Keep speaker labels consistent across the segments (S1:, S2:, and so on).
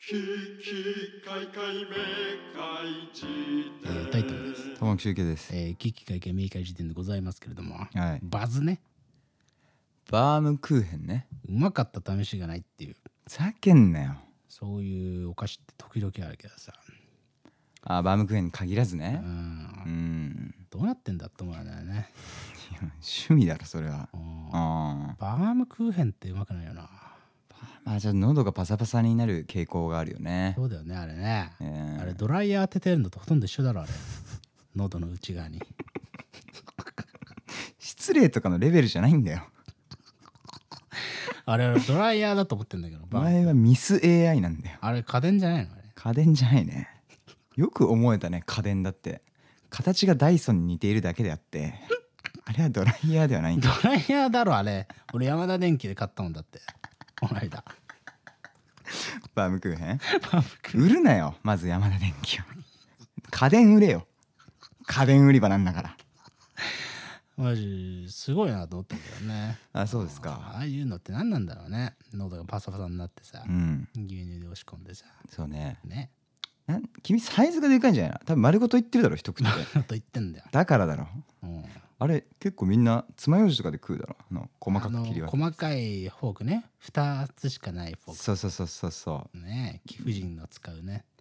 S1: ききかいかいめかいじ
S2: えータイトルです。
S3: 玉木周家です。
S2: えー、危機会見明快時点でございますけれども、
S3: はい。
S2: バズね、
S3: バームクーヘンね。
S2: うまかった試しがないっていう、
S3: ふざけんなよ。
S2: そういうお菓子って時々あるけどさ、
S3: あ、バームクーヘンに限らず
S2: う
S3: ね。
S2: ん、
S3: うん。
S2: どうなってんだって思うんだよね。
S3: いや趣味だろ、それは
S2: う。ん
S3: あ
S2: バームクーヘンってうまくないよな。
S3: あ。まあ、じゃあ喉がパサパサになる傾向があるよね。
S2: そうだよね、あれね。
S3: えー
S2: あれ、ドライヤー当ててるのとほとんど一緒だろ、あれ。喉の内側に。
S3: 失礼とかのレベルじゃないんだよ。
S2: あれ、ドライヤーだと思ってんだけど、
S3: お
S2: バー
S3: 前はミス AI なんだよ。
S2: あれ、家電じゃないのあれ。
S3: 家電じゃない ね。よく思えたね、家電だって。形がダイソンに似ているだけであって、あれはドライヤーではない んだ
S2: ド。ライヤーだろ、あれ。俺、山田電機で買ったもんだって。この間。
S3: バームクーヘン売るなよまず山田電機を家電売れよ家電売り場なんだから
S2: マジ、すごいなと思ったけどね。
S3: あそうですか
S2: ああいうのって何なんだろうね。喉がパサパサになってさ
S3: う、ん
S2: 牛乳で押し込んでさ、
S3: そうね
S2: ね。
S3: なん君サイズがでかいんじゃないの多分丸ごと言ってるだろ一 口で
S2: と言ってんだよ。
S3: だからだろ
S2: うん、
S3: あれ結構みんな爪楊枝とかで食うだろあの細かく切り
S2: あの
S3: 分け
S2: 細かいフォークね。2つしかないフォー
S3: そうそうそうそうそ
S2: ク。ね。貴婦人の使うね。
S3: う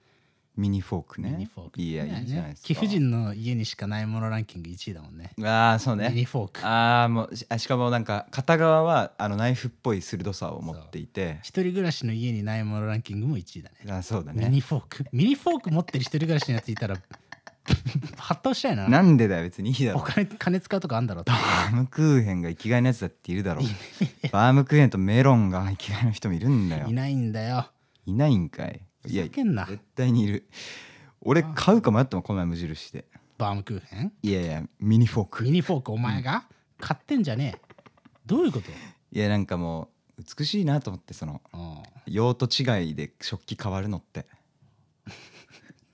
S3: ミニフォークね
S2: ミニフォーク。
S3: いやいいじゃない
S2: ね
S3: ですか
S2: 貴婦人の家にしかないものランキング1位だもんね。
S3: ああそう
S2: ミニ
S3: ね
S2: フォーク。
S3: ああもうしあしかもなんか片側はあのナイフっぽい鋭さを持っていて
S2: 一人暮らしの家にないものランキングも1位だね。
S3: あそうだ
S2: ミ
S3: ね
S2: ニフォーク。ミニフォーク持ってる一人暮らしのやつい たら、発動したいな。
S3: なんでだよ別にいいだろ
S2: お金金使うとかあんだろうと。
S3: バームクーヘンが生きがいのやつだっているだろうバームクーヘンとメロンが生きがいの人もいるんだよ
S2: いないんだよ。
S3: いないんかいいや
S2: ふざけんな
S3: 絶対にいる俺買うか迷ったもんこの前無印で
S2: バームクーヘン
S3: いやいやミニフォーク
S2: ミニフォークお前が買ってんじゃねえ。どういうこと
S3: いやなんかもう美しいなと思ってその
S2: うん
S3: 用途違いで食器変わるのって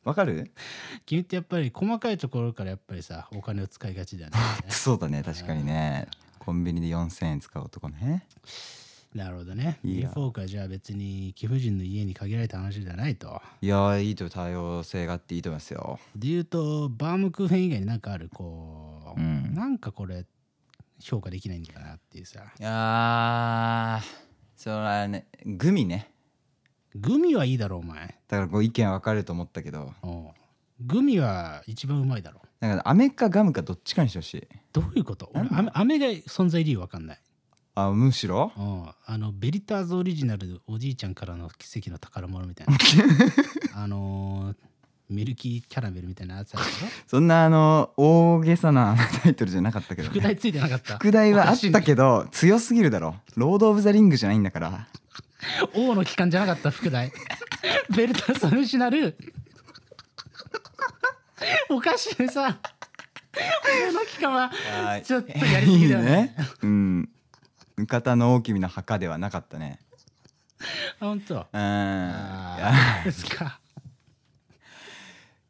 S3: わかる
S2: 君ってやっぱり細かいところからやっぱりさ、お金を使いが ちだよね。
S3: そうだね確かにねコンビニで4,000円使う男ね
S2: なるほどね。
S3: い
S2: ミ
S3: や
S2: ニフォークはじゃあ別に貴婦人の家に限られた話じゃないと。
S3: いやーいいと多様性があっていいと思いますよ
S2: で言うと、バームクーヘン以外になんかある、こう、
S3: うん
S2: なんかこれ、評価できないんかなっていうさ。
S3: あーそれはねグミね
S2: グミはいいだろ、お前。
S3: だからこう意見分かれると思ったけど
S2: うんグミは一番うまいだろ。
S3: なんかアメかガムかどっちかにしてほしい
S2: どういうこと俺
S3: なんだ
S2: 飴飴が存在理由わかんない。
S3: あむしろ
S2: うんあのベリターズオリジナルおじいちゃんからの奇跡の宝物みたい なあのーミルキーキャラメルみたいなやつあるで しょ
S3: そんなあの大げさなタイトルじゃなかったけど、
S2: 副
S3: ね、
S2: 題ついてなかった
S3: 副題はあったけど強すぎるだろロード・オブ・ザ・リングじゃないんだから
S2: 王の帰還じゃなかった副題ベルターズオリジナル お菓子でさ王の帰還はちょっとやりすぎだよね
S3: うん味方の大きみの墓ではなかったね
S2: あ本当
S3: うんいや
S2: あーですか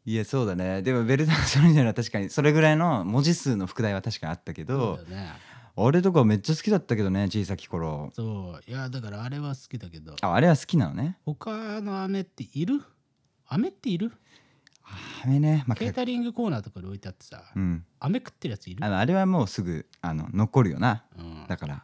S3: いやそうだねでもベルタンソルジャーは確かにそれぐらいの文字数の副題は確かにあったけど
S2: そうだよね
S3: あれとかめっちゃ好きだったけどね小さき頃
S2: そういやだからあれは好きだけど
S3: ああれは好きなのね
S2: 他の飴っている飴っている
S3: あれねまあ
S2: ケータリングコーナーとかで置いてあってさ、
S3: うん
S2: 飴食ってるやついる
S3: あのあれはもうすぐあの残るよな
S2: うん
S3: だから、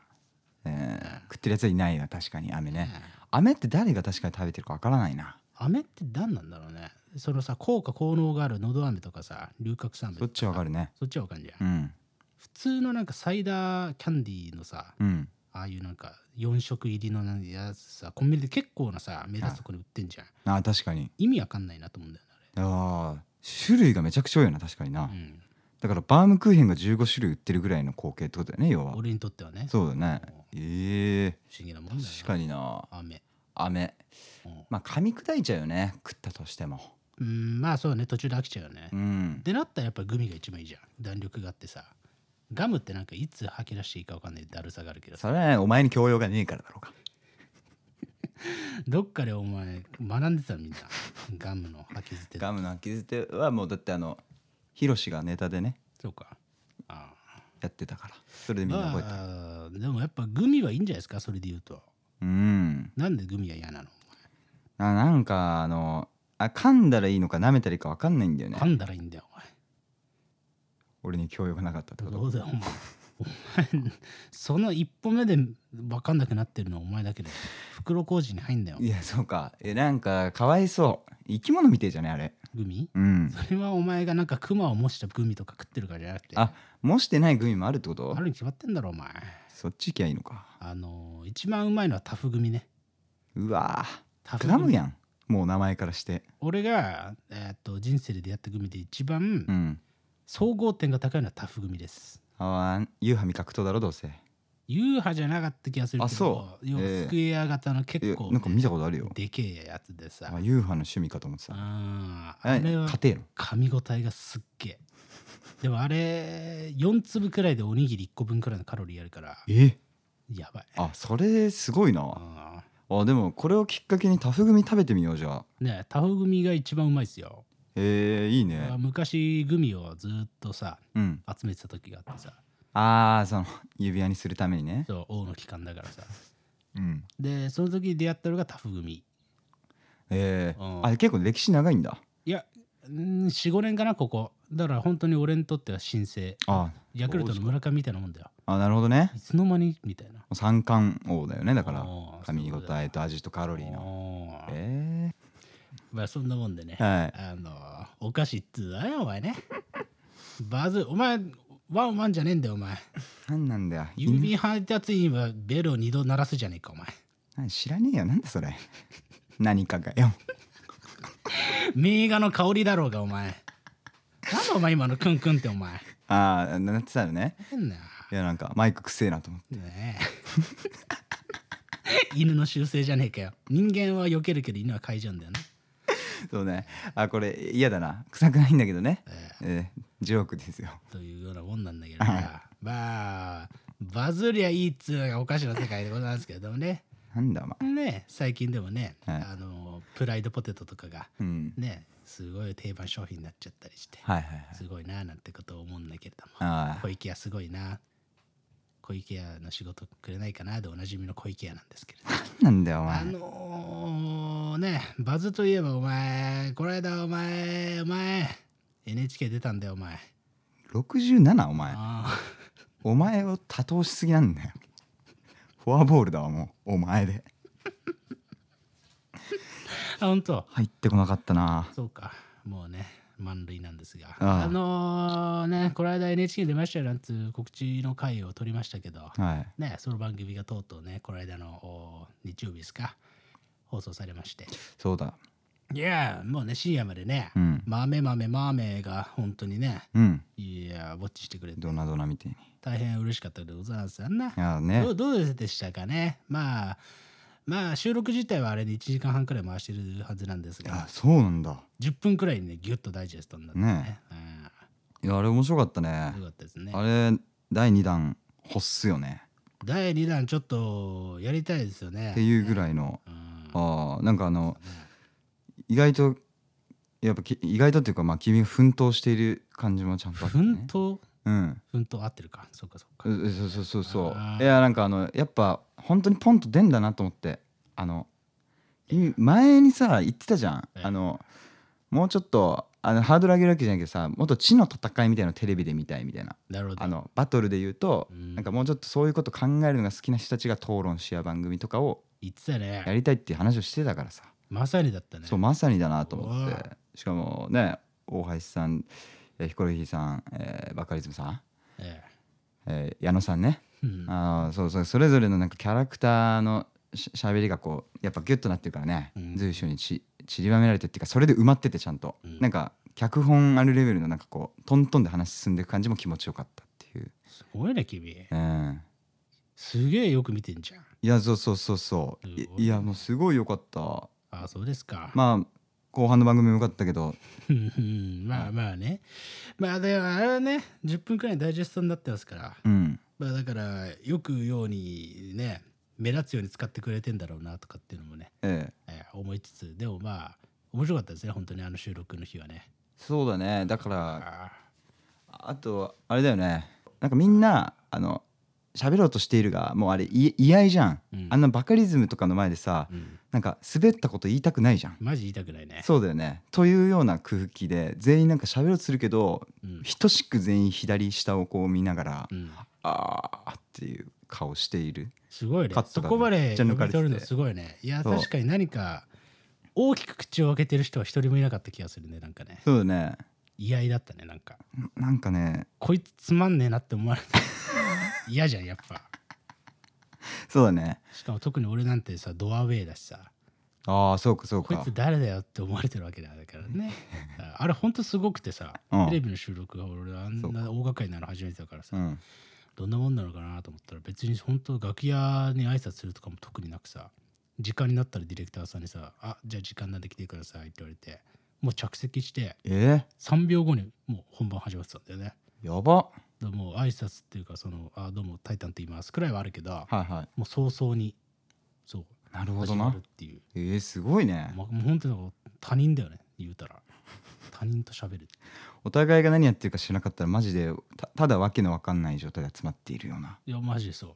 S3: えー食ってるやつはいないな確かに飴ね
S2: ね
S3: 飴って誰が確かに食べてるかわからないな
S2: 飴って何なんだろうねそのさ効果効能があるのど飴とかさ龍角散飴
S3: どっちわか
S2: る
S3: るね
S2: そっちはわかんじゃん、
S3: うん
S2: 普通のなんかサイダーキャンディーのさ
S3: うん
S2: ああいうなんか4色入りのなんやつさコンビニで結構なさ目立つとこに売ってんじゃん
S3: あー確かに
S2: 意味わかんないなと思うんだよね
S3: あー種類がめちゃくちゃ多いよな確かにな、
S2: あれ、うん、
S3: だからバームクーヘンが15種類売ってるぐらいの光景ってことだよね要は
S2: 俺にとってはね不
S3: そうだねえ
S2: 思議なもんだよ
S3: ー、
S2: な
S3: 確かにな
S2: 飴
S3: 飴
S2: うん
S3: まあ噛み砕いちゃうよね食ったとしても
S2: うんまあそうね途中で飽きちゃうよね、
S3: うん
S2: ってなったらやっぱグミが一番いいじゃん弾力があってさガムってなんかいつ吐き出していいか分かんないだるさがあるけどさ
S3: それはねお前に教養がねえからだろうか
S2: どっかでお前学んでたみんなガムの吐き捨て
S3: ガムの吐き捨てはもうだってあのヒロシがネタでね
S2: そうかああ
S3: やってたからそれでみんな覚えた、
S2: まあでもやっぱグミはいいんじゃないですかそれで言うと
S3: うん
S2: なんでグミは嫌なの
S3: あなんかあのあ噛んだらいいのか舐めたらいいか分かんないんだよね
S2: 噛んだらいいんだよ
S3: 俺に教養がなかったって
S2: お前
S3: こ
S2: ど
S3: と
S2: うだよお前お前その一歩目で分かんなくなってるのはお前だけで袋小路に入んだよ
S3: いやそうかえなんかかわいそう生き物みてえじゃねあれ
S2: グミ
S3: うん
S2: それはお前がなんかクマを模したグミとか食ってるからじゃなくて
S3: あ模してないグミもあるってこと
S2: あるに決まってんだろお前
S3: そっち行きゃいいのか
S2: あのー一番うまいのはタフ組ね
S3: うわー
S2: タフ
S3: 果
S2: 組
S3: むやんもう名前からして
S2: 俺が、えーっと人生で出会った組で一番
S3: うん
S2: 総合点が高いのはタフ組です
S3: あユーハ味覚糖だろどうせ
S2: ユーハじゃなかった気がするけど
S3: あそう
S2: 要は
S3: ええ
S2: スクエア型の
S3: え
S2: 結構、
S3: なんか見たことあるよ
S2: でけえやつでさ
S3: あユーハの趣味かと思ってた
S2: あー
S3: あ
S2: あ
S3: 家
S2: れ
S3: 庭
S2: は
S3: の
S2: 噛み応えがすっげえでもあれ4粒くらいでおにぎり1個分くらいのカロリーやるから
S3: え
S2: やばい
S3: あそれすごいな
S2: あ
S3: あでもこれをきっかけにタフ組食べてみようじゃあ
S2: ーねえタフ組が一番うまいっすよ
S3: えー、いいね
S2: 昔グミをずっとさ
S3: うん
S2: 集めてた時があってさ
S3: ああその指輪にするためにね
S2: そう王の期間だからさ
S3: うん
S2: でその時出会ったのがタフ組
S3: え
S2: う
S3: ー、
S2: ん
S3: あ結構歴史長いんだ
S2: いや45年かなここだから本当に俺にとっては新生
S3: あ
S2: ヤクルトの村上みたいなもんだよ
S3: あなるほどね
S2: いつの間にみたいな
S3: 三冠王だよねだから
S2: おー
S3: 噛み応えと味とカロリーの
S2: おー
S3: え
S2: まあそんなもんでね
S3: ー、はい
S2: あのお菓子っつうのはよお前ねバズお前ワンワンじゃねえんだよお前
S3: なんなんだよ
S2: 郵便配達員はベルを二度鳴らすじゃねえかお前
S3: 何知らねえよなんだそれ 何かがよ
S2: 名画の香りだろうがお前なんだお前今のクンクンってお前
S3: ああなってたよね
S2: 変ない
S3: やなんかマイクくせえなと思って
S2: ねえ犬の習性じゃねえかよ人間は避けるけど犬は嗅いじゃうんだよね
S3: そうねあこれ嫌だな臭くないんだけどね
S2: え
S3: えー、ジョークですよ
S2: というようなもんなんだけどさまあバズりゃいいっつうのがお菓子の世界でございますけれどもね
S3: なんだお前
S2: ね最近でもね、
S3: はい
S2: あのプライドポテトとかが
S3: うん
S2: ねすごい定番商品になっちゃったりして
S3: はいはいはい
S2: すごいななんてことを思うんだけれども
S3: あ
S2: 小池屋すごいな小池屋の仕事くれないかなでおなじみの小池屋なんですけれども
S3: あなんだよお
S2: あ
S3: 前
S2: のーねバズといえばお前この間お前お前 NHK 出たんだよお前
S3: 67お前
S2: あ
S3: お前を多投しすぎなんだよフォアボールだわもうお前で
S2: あ本当
S3: 入ってこなかったな
S2: そうかもうね満塁なんですが
S3: ああ
S2: あのーねこの間 NHK 出ましたよなんつう告知の回を取りましたけど
S3: はい
S2: ねその番組がとうとうねこの間のお日曜日ですか放送されまして
S3: そうだ
S2: いやーもうね深夜までね
S3: うん
S2: 豆豆豆が本当にね
S3: うん
S2: いやーウォッチしてくれて
S3: ドナドナみてえに
S2: 大変嬉しかったでございますあんない
S3: やね
S2: どうどうでしたかねまあまあ収録自体はあれで1時間半くらい回してるはずなんです
S3: あ
S2: が
S3: そうなんだ
S2: 10分くらいにねギュッとダイジェストになってね
S3: ね
S2: うん
S3: いやあれ面白かったね
S2: よかったですね。
S3: あれ第2弾欲っすよね
S2: 第2弾ちょっとやりたいですよね。
S3: っていうぐらいの
S2: うん
S3: あーなんかあの意外とやっぱき意外とっていうかまあ君が奮闘している感じもちゃんとあってね
S2: 奮闘
S3: うん
S2: 奮闘合ってるか。そうかそうか。
S3: うそうそうそうそ
S2: あ
S3: う
S2: ー
S3: いやなんかあのやっぱ本当にポンと出んだなと思ってあのい前にさ言ってたじゃん
S2: ええ
S3: あのもうちょっとあのハードル上げるわけじゃないけどさもっと地の戦いみたいなのテレビで見たいみたいな
S2: なるほど。
S3: あのバトルで言うと
S2: うん
S3: なんかもうちょっとそういうこと考えるのが好きな人たちが討論し合う番組とかを
S2: 言ってた
S3: や
S2: ね。
S3: りたいっていう話をしてたからさ
S2: まさにだったね。
S3: そうまさにだなと思っ
S2: う
S3: てしかもね大橋さんえーヒコロヒーさん、えーバカリズムさん、
S2: え
S3: えー矢野さんね
S2: えうん
S3: あーそうそうそれぞれのなんかキャラクターのししゃべりがこうやっぱギュッとなってるからね、
S2: うん
S3: 随所にち散りばめられてっていうかそれで埋まっててちゃんと、
S2: うん
S3: なんか脚本あるレベルのなんかこうトントンで話進んでいく感じも気持ちよかったっていう、
S2: すごいね、君。
S3: うん、
S2: すげえよく見てんじゃん。
S3: いやそうそうそうそうい
S2: すごい
S3: いやもうすごいよかった
S2: ああ、そうですか。
S3: まあ後半の番組もよかったけど
S2: うんうんまあまあね。まあでもあれはね、10分くらいのダイジェストになってますから。
S3: うん
S2: まあだから、よくようにね、目立つように使ってくれてんだろうなとかっていうのもね。
S3: ええ
S2: えー思いつつでもまあ面白かったですね本当にあの収録の日はね
S3: そうだねだから
S2: あ
S3: あとあれだよねなんかみんなあの喋ろうとしているがもうあれい居合じゃん、
S2: うん
S3: あんなバカリズムとかの前でさ
S2: うん
S3: なんか滑ったこと言いたくないじゃん
S2: マジ言いたくないね。
S3: そうだよねというような空気で全員なんか喋ろうとするけど
S2: うん
S3: 等しく全員左下をこう見ながら、
S2: うん
S3: あーっていう顔している
S2: すごいね
S3: カッ。ト
S2: そ
S3: が
S2: こま
S3: め
S2: で
S3: っちゃ抜
S2: 読
S3: かれ
S2: み
S3: てて
S2: 取るのすごいね。いや、
S3: そう
S2: 確かに何か大きく口を開けてる人は一人もいなかった気がするね。なんかね。
S3: そうだね
S2: 居合だったね。なんか。
S3: なんかね
S2: こいつつまんねえなって思われ た。嫌じゃん、やっぱ。
S3: そうだね
S2: しかも特に俺なんてさ、ドアウェイだしさ。
S3: ああそうかそう
S2: こい
S3: か
S2: つ誰だよって思われてるわけだからね。あれほんとすごくてさ、
S3: うん
S2: テレビの収録が俺あん
S3: そう
S2: な大掛かりなの初めてだからさ、
S3: うん
S2: どんなもんなのかなと思ったら別に本当楽屋に挨拶するとかも特になくさ時間になったらディレクターさんにさ「あじゃあ時間なんで来てください」って言われてもう着席して
S3: え
S2: 3秒後にもう本番始まってたんだよね。
S3: ー、やばは
S2: でもう挨拶っていうかその「あどうもタイタンって言います」くらいはあるけど
S3: いはい
S2: もう早々にそう
S3: なるほ
S2: 始
S3: ど
S2: ま
S3: な
S2: るっていう
S3: えー、すごいね
S2: まあ、もう本当になんか他人だよね言うたら他人と喋る
S3: お互いが何やってるか知らなかったらマジでたただわけのわかんない状態で集まっているようない
S2: やマジでそう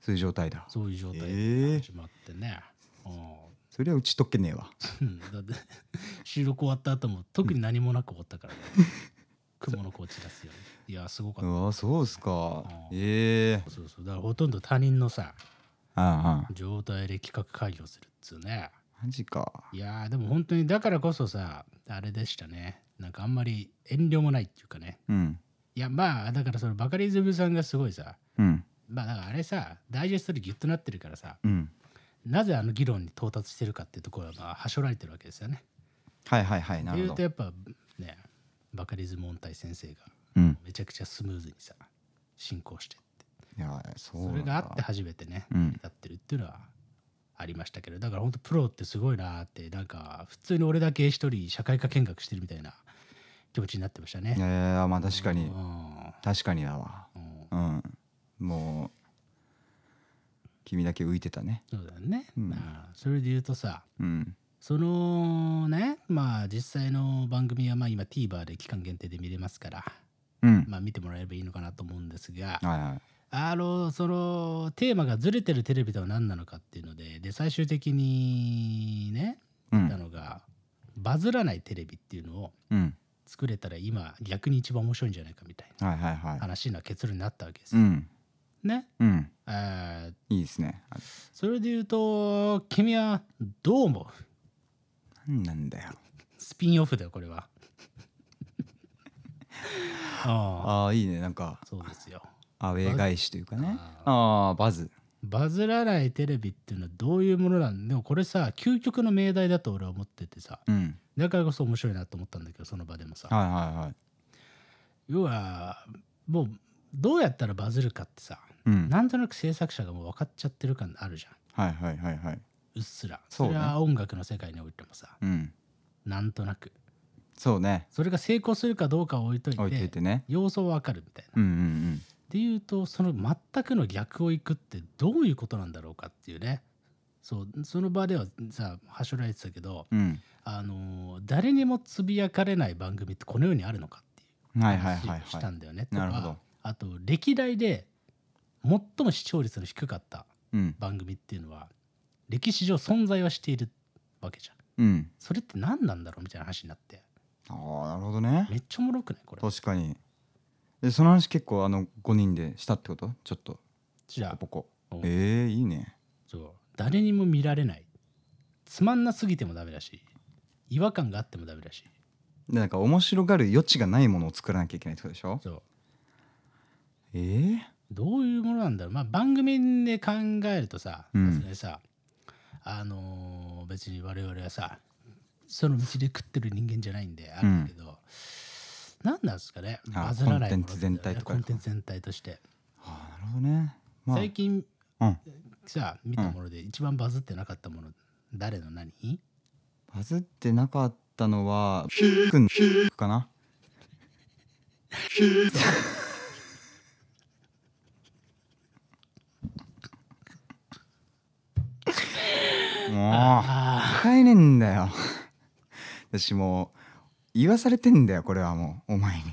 S3: そういう状態だ
S2: そういう状態
S3: え
S2: で
S3: ー
S2: 始まってね、う
S3: それは打ち解けねえわ
S2: ん だって収録終わった後も特に何もなく終わったからね雲の子を散らすようにいやすごか
S3: う
S2: っ
S3: わそうっすか
S2: ん
S3: ええ
S2: たそうそうだからほとんど他人のさ
S3: あああ
S2: 状態で企画会議をするっつうね
S3: あマジか
S2: いやーでも本当にだからこそさあれでしたねなんかあんまり遠慮もないっていうかね
S3: うん
S2: いやまあだからそのバカリズムさんがすごいさ
S3: うん
S2: まあだからあれさダイジェストでギュッとなってるからさ
S3: うん
S2: なぜあの議論に到達してるかっていうところはまあはしょられてるわけですよね。
S3: はいはいはいな
S2: ってい
S3: る
S2: う
S3: ほ
S2: と
S3: ど
S2: やっぱねバカリズム音体先生が
S3: うん
S2: めちゃくちゃスムーズにさ進行してって
S3: いやそう
S2: そ
S3: なんだ
S2: れがあって初めてね
S3: うん
S2: 立ってるっていうのはありましたけどだから本当プロってすごいなーってなんか普通に俺だけ一人社会科見学してるみたいな気持ちになってました
S3: い
S2: ね。
S3: やいやまあ確か
S2: う
S3: に
S2: ん
S3: 確かにだわ
S2: うん
S3: うんもう君だけ浮いてたね
S2: そうだよね、
S3: うん
S2: まあそれで言うとさ
S3: うん
S2: そのねまあ実際の番組はまあ今 TVer で期間限定で見れますから
S3: うん
S2: まあ見てもらえればいいのかなと思うんですが
S3: はいはい
S2: あのそのテーマがずれてるテレビとは何なのかっていうのでで最終的にね
S3: う
S2: 言った
S3: ん
S2: のがバズらないテレビっていうのを
S3: うん
S2: 作れたら今逆に一番面白いんじゃないかみたい
S3: はいはいは
S2: ない話な結論になったわけです
S3: う
S2: よ。
S3: ん
S2: ね
S3: うん
S2: えー
S3: いいですねあ
S2: それで言うと君はどう思う
S3: なんなんだよ
S2: スピンオフだよこれは。ああ
S3: ああいいねなんか
S2: そうですよ。
S3: アウェー返しというかね
S2: あ
S3: ああーバズ
S2: バズらないテレビっていうのはどういうものなんでもこれさ究極の命題だと俺は思っててさ
S3: うん
S2: だからこそ面白いなと思ったんだけどその場でもさ
S3: はいはいはい
S2: 要はもうどうやったらバズるかってさ
S3: うん
S2: なんとなく制作者がもう分かっちゃってる感あるじゃん
S3: はいはいはいはいう
S2: っすら
S3: そ
S2: そう
S3: ね
S2: れは音楽の世界においてもさ
S3: うん
S2: なんとなく
S3: そうね
S2: それが成功するかどうかは置いといて
S3: 置いといてね
S2: 要素は分かるみたいな。
S3: うんうん
S2: っていうとその全くの逆をいくってどういうことなんだろうかっていうねそうその場ではさはしょられてたけど、
S3: うん
S2: あのー誰にもつぶやかれない番組ってこの世にあるのかっていう
S3: うんはいはいはい
S2: 話をした
S3: はい
S2: んだよね。
S3: なるほ
S2: と
S3: ど
S2: かあと歴代で最も視聴率の低かった
S3: うん
S2: 番組っていうのは歴史上存在はしているわけじゃん。
S3: うん
S2: それって何なんだろうみたいな話になって
S3: ああなるほどね
S2: めっちゃおもろくないこれ。
S3: 確かにでその話結構あの5人でしたってことちょっと
S2: じゃあ
S3: ポコ
S2: うん
S3: えー、いいね
S2: そう誰にも見られないつまんなすぎてもダメだし違和感があってもダメだし
S3: でなんか面白がる余地がないものを作らなきゃいけないってことでしょ
S2: そう
S3: えー、
S2: どういうものなんだろうまあ番組で考えるとさ
S3: う
S2: さ
S3: ん
S2: すがにさ、あのー別に我々はさその道で食ってる人間じゃないんであるんだけど、なん、なんですかね
S3: あ
S2: バズらない
S3: コン
S2: もの
S3: テンツ全体とか
S2: コンテンツ全体として、
S3: あーなるほどねまあ
S2: 最近
S3: うん
S2: さ見たもので一番バズってなかったもの、誰の何
S3: バズってなかったのはくんかなもう
S2: あ
S3: 使えねえんだよ私もう言わされてんだよこれはもうお前に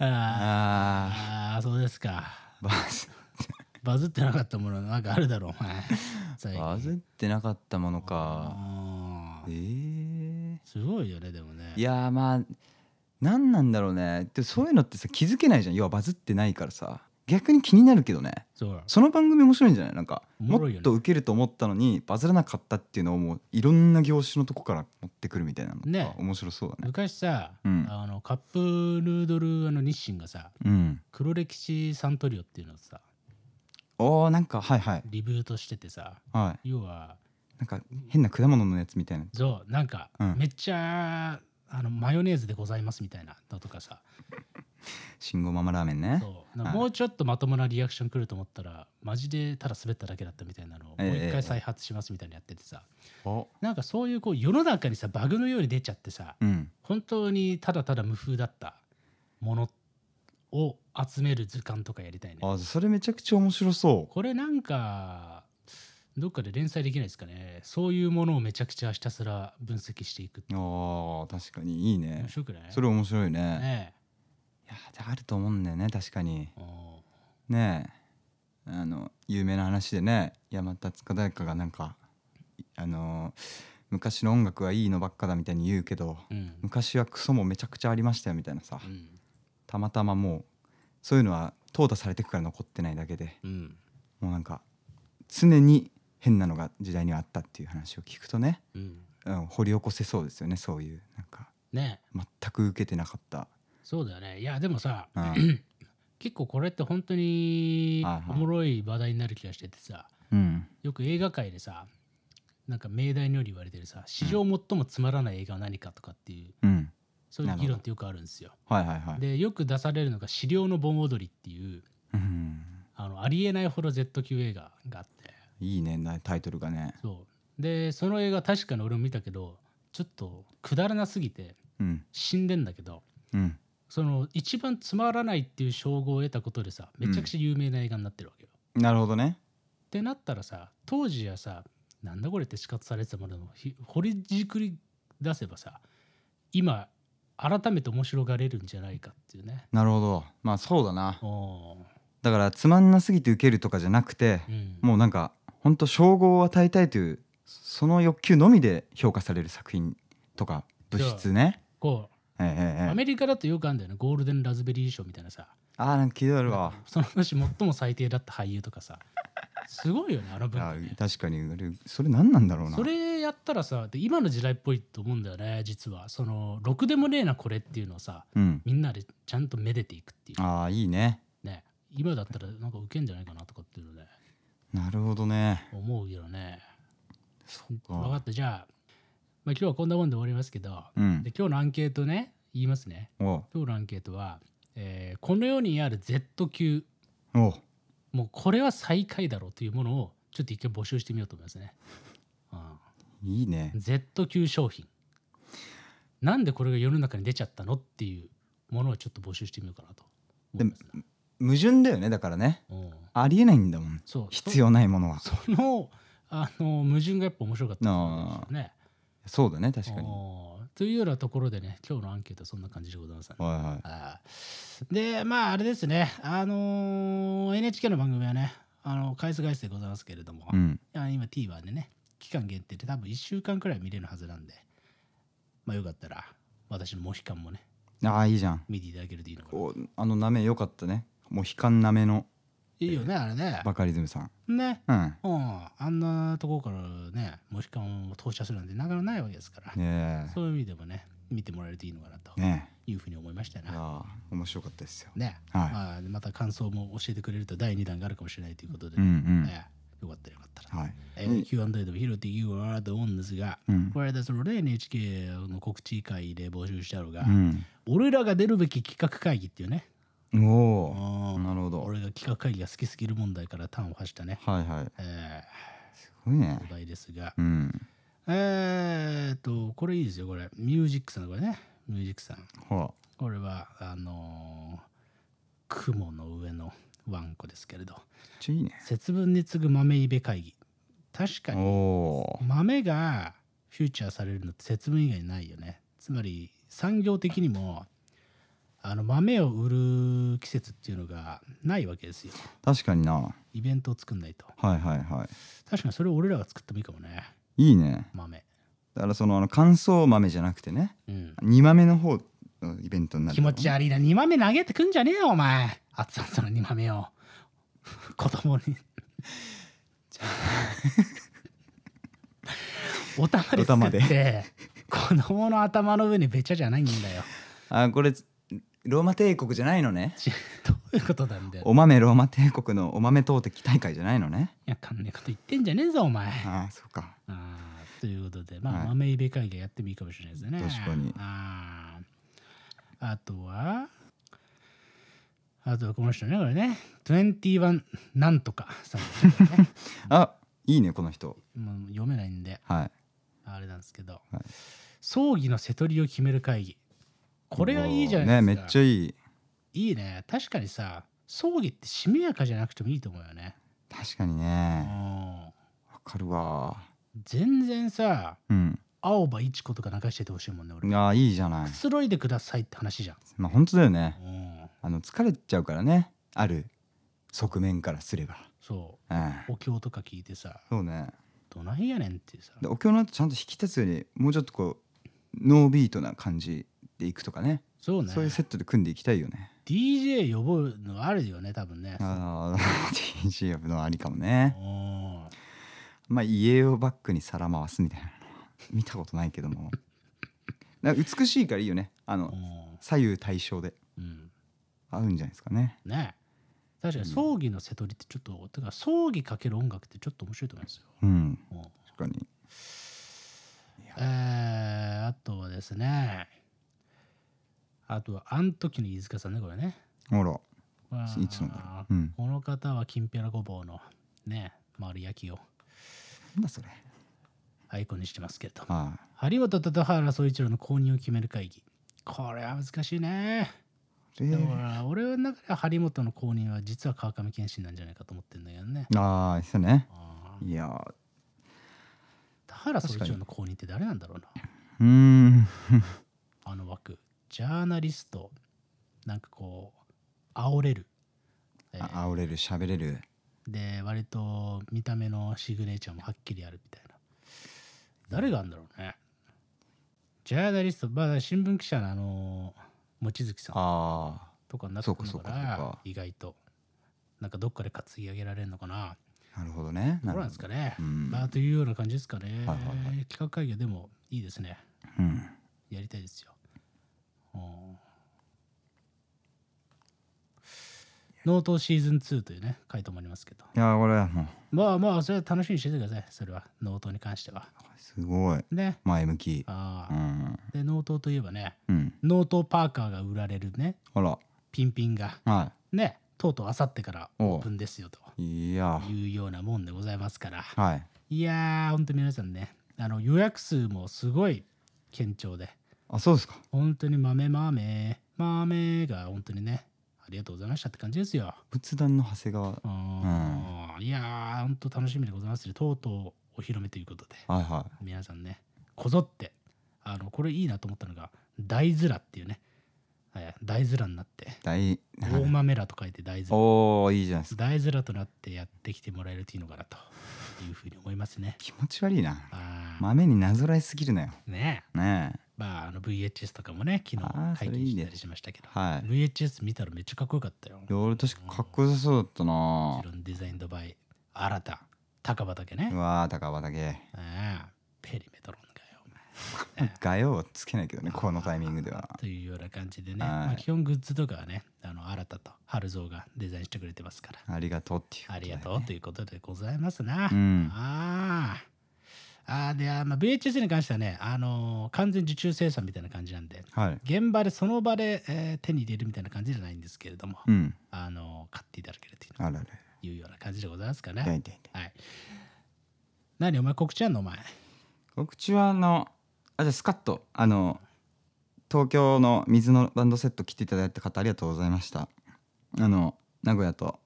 S2: ああー
S3: あ
S2: あーそうですか
S3: ーバズ
S2: バズってなかったものなんかあるだろうお 前最近
S3: バズってなかったものか
S2: あ
S3: え
S2: ー
S3: ー、
S2: すごいよねでもね
S3: いやーまあ何なんだろうねでそういうのってさ気づけないじゃん要はバズってないからさ逆に気になるけどね
S2: そう
S3: その番組面白いんじゃないなんか
S2: お
S3: も
S2: もろいよね
S3: っとウケると思ったのにバズらなかったっていうのをもういろんな業種のとこから持ってくるみたいなの
S2: ね
S3: が面白そうだね
S2: 昔さ、
S3: うん
S2: あのカップヌードルあの日清がさ
S3: うん
S2: 黒歴史サントリオっていうのをさ
S3: おーなんかはいはい
S2: リブートしててさ
S3: はい
S2: 要は
S3: なんか変な果物のやつみたいな
S2: そうなんか、
S3: うん
S2: めっちゃあのマヨネーズでございますみたいなのとかさ
S3: 信号ママラーメンね
S2: そう
S3: はい
S2: もうちょっとまともなリアクション来ると思ったらマジでただ滑っただけだったみたいなのをもう
S3: ええ
S2: 一
S3: ええ
S2: 回再発しますみたいなのやっててさ、
S3: お
S2: なんかそういうこう世の中にさバグのように出ちゃってさ
S3: うん
S2: 本当にただただ無風だったものを集める図鑑とかやりたいね
S3: あそれめちゃくちゃ面白そ
S2: これなんかどっかで連載できないですかねそういうものをめちゃくちゃひたすら分析していくって
S3: うあー確かにいいね
S2: 面白くない
S3: それ面白いね
S2: ね
S3: いやーあると思うんだよね確かに
S2: えお
S3: ねえあの有名な話でね山田塚大家がなんかいあのー昔の音楽はいいのばっかだみたいに言うけど
S2: ーうん
S3: 昔はクソもめちゃくちゃありましたよみたいなさ
S2: うん
S3: たまたまもうそういうのは淘汰されてくから残ってないだけで
S2: うん
S3: もうなんか常に変なのが時代にはあったっていう話を聞くとね、
S2: うん
S3: うん、掘り起こせそうですよねそういうなんか
S2: ねえ
S3: 全く受けてなかった、
S2: そうだよねいやでもさ
S3: うん
S2: 結構これって本当に
S3: はいはい
S2: おもろい話題になる気がしててさ
S3: うん、
S2: よく映画界でさなんか命題のように言われてるさ史上最もつまらない映画は何かとかっていう
S3: うん、
S2: そうい
S3: な
S2: う
S3: るほど
S2: 議論ってよくあるんですよ。
S3: はいはいはい、
S2: でよく出されるのが「資料の盆踊り」っていう
S3: うん、
S2: あのありえないほど Z 級映画があって
S3: いいねなタイトルがね
S2: そうでその映画確かに俺も見たけどちょっとくだらなすぎて
S3: うん
S2: 死んでんだけど
S3: うん
S2: その一番つまらないっていう称号を得たことでさめちゃくちゃ有名な映画になってるわけよ。
S3: なるほどね
S2: ってなったらさ当時はさなんだこれって死活されてたものをひ掘りじくり出せばさ今改めて面白がれるんじゃないかっていうね。
S3: なるほどまあそうだな
S2: おー
S3: だからつまんなすぎて受けるとかじゃなくて
S2: うん、
S3: もうなんかほんと称号を与えたいというその欲求のみで評価される作品とか物質ね
S2: こ
S3: ええ
S2: う
S3: え
S2: ア
S3: えええ
S2: メリカだとよくあるんだよねゴールデンラズベリー賞みたいなさ
S3: あーなんか気になるわ
S2: その年最も最低だった俳優とかさすごいよねあの文化
S3: あ
S2: ね
S3: ー確かにあれそれ何なんだろうな
S2: それやったらさで今の時代っぽいと思うんだよね実はそのろくでもねえなこれっていうのをさ
S3: うん
S2: みんなでちゃんとめでていくっていう
S3: ああいいね
S2: ね今だったらなんかウケんじゃないかなとかっていうのね
S3: なるほどね
S2: 思うけどね
S3: そう
S2: 分か
S3: か
S2: ったじゃあ,、まあ今日はこんなもんで終わりますけど
S3: うん
S2: で今日のアンケートね言いますね
S3: おう
S2: 今日のアンケートは、えーこの世にある Z 級
S3: おう
S2: もうこれは最下位だろうというものをちょっと一回募集してみようと思いますね。うん
S3: いいね
S2: Z 級商品なんでこれが世の中に出ちゃったのっていうものをちょっと募集してみようかなと思いますね、
S3: 矛盾だよねだからね
S2: うん、
S3: ありえないんだもん
S2: そう
S3: 必要ないものは
S2: そそのあの矛盾がやっぱ面白かったですよね。
S3: そうだね確かには
S2: うんというようなところでね今日のアンケートはそんな感じでございますね
S3: いはい
S2: あーでまああれですねあのー NHK の番組はねあの返す返すでございますけれども、
S3: うん
S2: あ今 TVer でね期間限定で多分1週間くらい見れるはずなんでまあよかったら私のモヒカンもね
S3: ああいいじゃん
S2: 見ていただけるといいのかな
S3: おあのなめ良かったねもう悲観なめの
S2: いいよねあれね
S3: バカリズムさん
S2: ね
S3: うん
S2: うんあんなところからねモヒカンを投射するなんてなかなかないわけですから、
S3: ね
S2: そういう意味でもね見てもらえるといいのかなと
S3: えね
S2: いうふうに思いました
S3: えいや
S2: な
S3: ー面白かったですよ
S2: ね、
S3: はい
S2: まあまた感想も教えてくれると第2弾があるかもしれないということで、
S3: うんうん
S2: ええよかったらよかったら、
S3: はい
S2: えー Q&A でも拾っていこうかなと思うんですが、
S3: うん
S2: これでそのね NHK の告知会で募集したのが、
S3: うん
S2: 俺らが出るべき企画会議っていうね
S3: おお
S2: な
S3: なるほどはい
S2: 俺が企画会議が好きすぎる問題から端を発したね、
S3: はい
S2: え
S3: すごい
S2: ー、
S3: ね
S2: お題ですが、
S3: うん
S2: えー、っとこれいいですよこれミュージックさんこれねミュージックさん
S3: ほ
S2: これはあのー雲の上のワンコですけれど
S3: らちょいいね
S2: 節分に次ぐ豆いべ会議確か
S3: お
S2: に
S3: お
S2: 豆がフューチャーされるのって節分以外ないよねつまり産業的にもああの豆を売る季節っていうのがないわけですよ
S3: 確かにな
S2: イベントを作んないと
S3: はいはいは
S2: 確かにそれを俺らが作ってもいいかもね
S3: いいいね
S2: 豆
S3: だからそのあの乾燥豆じゃなくてね
S2: うん
S3: 煮豆の方のイベントになる
S2: 気持ち悪いな2豆投げてくんじゃねえよお前熱々の2豆を子供に じゃあお玉ですくって子供の頭の上にべちゃじゃないんだよ
S3: あこれローマ帝国じゃないのね
S2: ちどういうことなんだよ
S3: お豆ローマ帝国のお豆投擲大会じゃないのね
S2: いやかんねえこと言ってんじゃねえぞお前
S3: ああそうか
S2: あーということで、まあ、
S3: はい
S2: 豆いべ会議やってもいいかもしれないですね。
S3: 確かに
S2: あーあとは、あとはこの人ね、これね、21なんとかさんです ね、
S3: あいいねこの人
S2: もう読めないんで、
S3: はい
S2: あれなんですけど、
S3: はい
S2: 葬儀の瀬取りを決める会議。これはいいじゃないで
S3: ね
S2: すか。
S3: めっちゃいい
S2: いいね。確かにさ、葬儀ってしめやかじゃなくてもいいと思うよね。
S3: 確かに
S2: う
S3: ね
S2: ん
S3: わかるわ
S2: 全然さ、
S3: うん
S2: 青葉一子とか流しててほしいもんね、俺。
S3: ああいいじゃない
S2: くつろいでくださいって話じゃん。
S3: まあ本当だよね
S2: うん
S3: あの疲れちゃうからねある側面からすれば
S2: そ
S3: うん
S2: うお経とか聞いてさ
S3: そうね
S2: どないやねんっていうさ
S3: でお経の後ちゃんと引き立つようにもうちょっとこうノービートな感じでいくとかね
S2: そうね
S3: そういうセットで組んでいきたいよね
S2: DJ 呼ぶのあるよね多分ね
S3: ああ DJ 呼ぶのありかもね
S2: うん
S3: まあ家をバックに皿回すみたいなの 見たことないけどもなんか美しいからいいよねあの
S2: うん
S3: 左右対称で
S2: うん
S3: 合うんじゃないですかね
S2: ね確かに葬儀の瀬戸りってちょっとてか葬儀かける音楽ってちょっと面白いと思いますよ
S3: うん
S2: うん
S3: 確かに
S2: えーあとはですねあとはあん時の飯塚さんねこれね
S3: ほら
S2: これはい
S3: つなんだろううん
S2: この方はきんぴらごぼうのね丸焼きを
S3: なんだそれ
S2: アイコンにしてますけれども
S3: ああ
S2: 張本と田原総一郎の公認を決める会議これは難しいね、
S3: あれ
S2: でもな俺の中では張本の公認は実は川上謙信なんじゃないかと思ってんだけどね
S3: ああそうね
S2: あー
S3: いやー
S2: 田原総一郎の公認って誰なんだろうな
S3: うーん
S2: あの枠ジャーナリストなんかこう煽れるえー
S3: あ煽れる喋れる
S2: で割と見た目のシグネチャーもはっきりあるみたいな誰があるんだろうねジャーナリスト、まあ、新聞記者のあの望月さん
S3: あ
S2: とかになってくる
S3: そ
S2: の
S3: う
S2: か
S3: かそうかそう
S2: な
S3: か
S2: 意外となんかどっかで担ぎ上げられるのかな
S3: あなるほどね
S2: どうな
S3: るほ
S2: ん
S3: ど
S2: ですかね、
S3: うん
S2: まあというような感じですかね、
S3: はいはいは
S2: 企画会議はでもいいですね
S3: うん
S2: やりたいですよ、うんノートシーズン2というね回答もありますけど
S3: いやーこれはもう
S2: まあまあそれは楽しみにしててくださいそれはノートに関しては
S3: すごい
S2: ね
S3: 前向き
S2: あ
S3: う
S2: あ、
S3: ん
S2: でノートといえばね
S3: うん
S2: ノートパーカーが売られるね
S3: ほら
S2: ピンピンが
S3: は
S2: ねとうとうあさってから
S3: おう
S2: オープンですよと
S3: いいやー
S2: いうようなもんでございますから
S3: はい
S2: いやー本当に皆さんねあの予約数もすごい堅調で
S3: あそうですか
S2: 本当に豆豆豆が本当にねありがとうございましたって感じですよ
S3: 仏壇の長谷川は
S2: うーんいやー本当楽しみでございますねとうとうお披露目ということで
S3: いはい
S2: 皆さんねこぞってあのこれいいなと思ったのが大ズラっていうね、はい、大ズラになって
S3: 大
S2: 大豆らと書いて大ズラ
S3: おおいいじゃないですか
S2: 大面となってやってきてもらえるといいのかなというふうに思いますね。
S3: 気持ち悪いな
S2: ああ
S3: 豆になぞらえすぎるなよ
S2: ねえ
S3: ねえ
S2: まああの VHS とかもね昨
S3: あー
S2: 日
S3: それ
S2: 解禁
S3: いい
S2: し
S3: ね
S2: たりしましたけど、
S3: はい
S2: VHS 見たらめっちゃかっこよかったよ。
S3: いや
S2: も
S3: 俺確かかっこよさそうだったな
S2: ちろんデザインドバイ新た高畑ね
S3: う。わー高畑
S2: ああペリメトロンがよお前
S3: 画用はつけないけどねこのタイミングでは
S2: というような感じでね、
S3: はい
S2: まあ、基本グッズとかはねあの新たと春蔵がデザインしてくれてますから。
S3: ありがとうっていう
S2: ありが
S3: こと
S2: うということでございますな。
S3: ん
S2: ああ。ああで、あまあ、VHS に関してはね、あのー完全受注生産みたいな感じなんで、
S3: とではい
S2: 現場でその場で、えー手に入れるみたいな感じじゃないんですけれども、
S3: うん
S2: あのー買っていただけるという
S3: あらら
S2: いうような感じでございますか
S3: 痛い
S2: ね。
S3: 痛い痛い
S2: はい。何お前告知やんのお前。
S3: 告知はあのあじゃあスカッとあの東京の水のバンドセット来ていただいた方ありがとうございましたあの名古屋と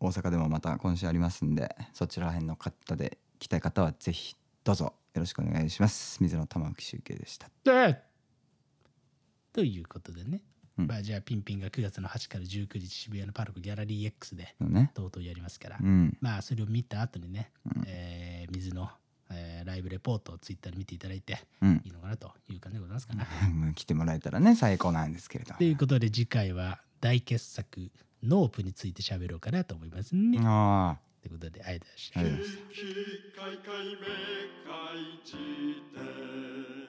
S3: 大阪でもまた今週ありますんでそちら辺の方で来たい方はぜひどうぞよろしくお願いします水の玉置集計でした
S2: でということでね。
S3: うん
S2: まあ、じゃあピンピンが9月の8から19日渋谷のパルコギャラリー X で
S3: そうね
S2: とうとうやりますから、
S3: うん
S2: まあそれを見た後にね、えー水の、えーライブレポートをツイッターで見ていただいて
S3: うん
S2: いいのかなという感じでございますかな。
S3: うん来てもらえたらね最高なんですけれど
S2: ということで次回は大傑作ノープについて喋ろうかなと思いますね。
S3: あ
S2: ということでありがとうございました
S3: あありがとうございます
S1: ききかいかいめかいじて